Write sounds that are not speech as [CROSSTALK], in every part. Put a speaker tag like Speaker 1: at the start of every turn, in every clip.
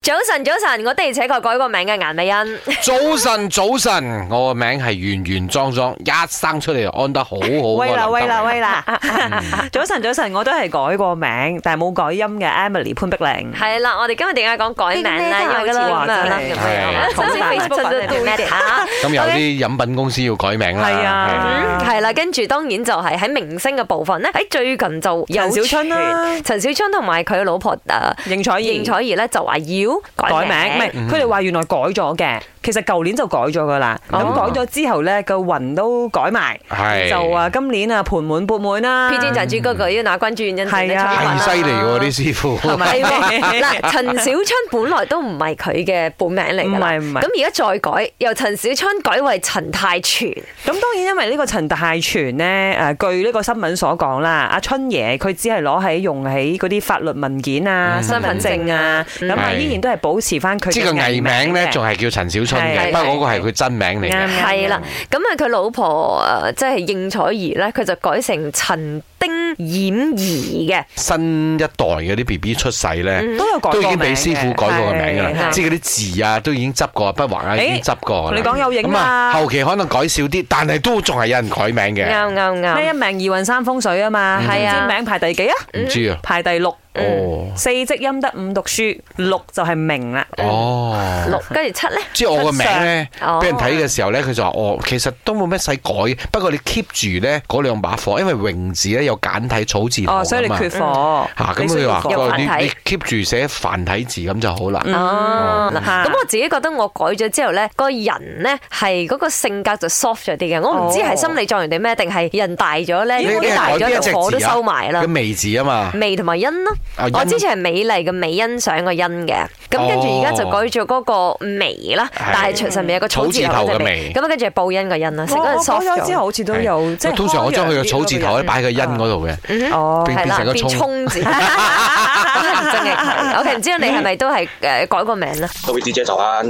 Speaker 1: 早晨，早晨，我的而且確改過名嘅顏美欣，
Speaker 2: [LAUGHS]
Speaker 3: 早晨，早晨，我個名係原原裝裝，一生出嚟就安得嗯好好嗰個
Speaker 2: 喂
Speaker 3: 劉
Speaker 2: 啦
Speaker 3: 德
Speaker 2: 喂啦
Speaker 3: 榮
Speaker 2: 喂啦！ [LAUGHS] 早晨早晨，我都係改過名，但係冇改音嘅 Emily 潘碧
Speaker 3: [LAUGHS]
Speaker 2: 玲。
Speaker 1: 係啦，我哋今日點解講改名咧？
Speaker 4: 呢個
Speaker 1: 因為
Speaker 4: meta
Speaker 1: 好似
Speaker 2: 㗎啦
Speaker 1: 咁樣啦咁樣， [LAUGHS]
Speaker 2: 真係
Speaker 1: 首先 Facebook 粉嚟 meta，
Speaker 3: 咁有啲飲品公司要改名啦，
Speaker 2: 係啊
Speaker 3: 係
Speaker 1: 嗯，係啦，跟住當然就係喺明星嘅部分咧，喺最近就有
Speaker 2: 陳小春啦
Speaker 1: 傳陳小春同埋佢老婆呃誒
Speaker 2: 應采
Speaker 1: 應
Speaker 2: 兒
Speaker 1: 采兒咧就話要
Speaker 2: 改名，唔
Speaker 1: 名，
Speaker 3: 嗯
Speaker 2: 係佢哋話原來改咗嘅，其實舊年就改咗噶啦。咁
Speaker 3: 哦
Speaker 2: 改咗之後咧，個雲都改埋，
Speaker 3: 係
Speaker 2: 就啊今年啊盆滿缽滿啦。
Speaker 1: 披荊斬棘嗰句要拿關注原因
Speaker 2: 係啊
Speaker 3: 太犀利喎啲師傅，
Speaker 2: [LAUGHS] 係咪
Speaker 1: 係喎嗱，陳小春本來都唔係佢嘅本名嚟㗎啦，
Speaker 2: 唔係唔係
Speaker 1: 咁而家再改，由陳小春改為陳泰全，
Speaker 2: 咁當然因為呢個陳大全呢，誒據呢個新聞所講啦，阿春爺佢只係攞喺用喺嗰啲法律文件啊、
Speaker 3: 嗯
Speaker 2: 身份證啊，
Speaker 1: 嗯
Speaker 2: 咁啊
Speaker 3: 係
Speaker 2: 依然都係保持翻佢
Speaker 3: [LAUGHS] 即
Speaker 2: 嘅
Speaker 3: 係個藝名咧
Speaker 2: 嘅
Speaker 3: 仲係叫陳小春嘅，
Speaker 2: 係
Speaker 3: 不過嗰個係佢真名嚟
Speaker 2: 啱
Speaker 3: 嘅，
Speaker 1: 係啦，咁啊佢老婆誒即係應采兒咧，佢就改成陳丁演兒嘅，
Speaker 3: 新一代嗰啲 B B 出世咧。
Speaker 2: 都有改
Speaker 3: 都已
Speaker 2: 過
Speaker 3: 經俾
Speaker 2: 名
Speaker 3: 師傅
Speaker 2: 嘅
Speaker 3: 改過個名㗎啦，
Speaker 1: 係
Speaker 3: 即係嗰啲字啊，都已經執過，筆畫啊已經執過㗎啦。
Speaker 2: 你講有影
Speaker 3: 咁啊，
Speaker 2: 啦
Speaker 3: 後期可能改少啲，但係都仲係有人改名嘅，
Speaker 1: 啱啱啱
Speaker 3: 啊
Speaker 2: 咩一。命二運三風水啊嘛，
Speaker 1: 嗯
Speaker 2: 係啊，名排第幾啊？
Speaker 3: 唔知啊。
Speaker 2: 排第六，
Speaker 3: 哦，
Speaker 2: 四積陰德五讀書，六就係明啦。
Speaker 3: 哦，
Speaker 1: 六跟住七咧，
Speaker 3: 即係我個名咧
Speaker 1: 出
Speaker 2: 哦
Speaker 1: 相，
Speaker 3: 俾人睇嘅時候咧，佢就話：哦，其實都冇咩使改，不過你 keep 住咧嗰兩把火，因為榮字咧有簡體草字頭
Speaker 2: 哦，所以你
Speaker 3: 啊嘛
Speaker 2: 缺火，
Speaker 3: 嚇咁
Speaker 2: 你需
Speaker 3: 佢
Speaker 2: 要
Speaker 3: 話
Speaker 2: 火
Speaker 1: 有
Speaker 3: 哦你
Speaker 1: 繁體
Speaker 3: 你 keep 住寫繁體字咁就好啦。
Speaker 2: 嗯
Speaker 1: 哦，嗱，
Speaker 2: 嚇
Speaker 1: 咁我自己覺得我改咗之後咧，個人咧係嗰個性格就 soft 咗啲嘅。我唔知係心理作用定咩，定係人大咗咧，
Speaker 3: 你
Speaker 1: 年
Speaker 3: 哦你
Speaker 1: 紀
Speaker 3: 係
Speaker 1: 大
Speaker 3: 改邊
Speaker 1: 咗
Speaker 3: 一隻
Speaker 1: 就火都
Speaker 3: 字啊
Speaker 1: 收埋啦
Speaker 3: 個。微字啊嘛，
Speaker 1: 美同埋欣咯，
Speaker 3: 啊欣哦
Speaker 1: 我之前係美麗嘅美欣賞個欣嘅，咁跟住而家就改咗嗰個眉啦，
Speaker 3: 係
Speaker 1: 但係除上面有個草字頭
Speaker 3: 草字頭
Speaker 1: 嘅
Speaker 3: 嘅
Speaker 1: 眉，
Speaker 3: 眉
Speaker 1: 咁跟住係報恩個欣啦，
Speaker 2: 我
Speaker 1: 成個
Speaker 2: 我
Speaker 1: 人
Speaker 2: 改
Speaker 1: soft
Speaker 2: 咗之後，好似都有即係
Speaker 3: 我通常我將佢個
Speaker 2: 開揚
Speaker 3: 草
Speaker 2: 啲啊
Speaker 3: 字頭
Speaker 2: 咯
Speaker 3: 咧擺喺個欣嗰度嘅，
Speaker 1: 嗯哼
Speaker 2: 哦
Speaker 3: 變
Speaker 1: 係
Speaker 3: 變
Speaker 1: 啦
Speaker 3: 成，個
Speaker 1: 變
Speaker 3: 葱。
Speaker 1: 衝字，真 [LAUGHS] 係佢。OK，唔知道你係咪都係誒改過名啦？
Speaker 5: 各位 DJ 早安，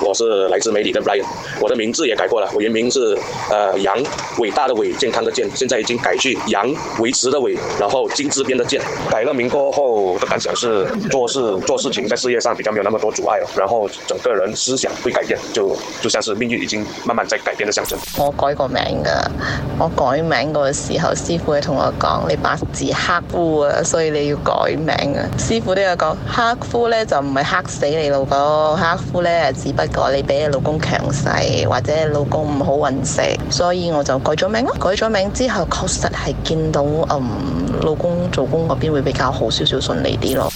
Speaker 5: 我是来自媒体的 Brian，我的名字也改过了，我原名是呃杨，伟大的伟，健康的健，现在已经改去杨维持的维，然后金字边的健。改了名过后的感想是，做事做事情在事业上比较没有那么多阻碍了，然后整个人思想会改变，就就像是命运已经慢慢在改变的象征。
Speaker 6: 我改過名噶，我改名嗰個時候，師傅佢同我講：你八字克夫啊，所以你要改名啊。師傅都有講，克夫咧就唔係克死你老公，克夫咧只不過你比你老公強勢，或者你老公唔好運勢，所以我就改咗名咯。改咗名之後，確實係見到嗯老公做工嗰邊會比較好少少順利啲咯。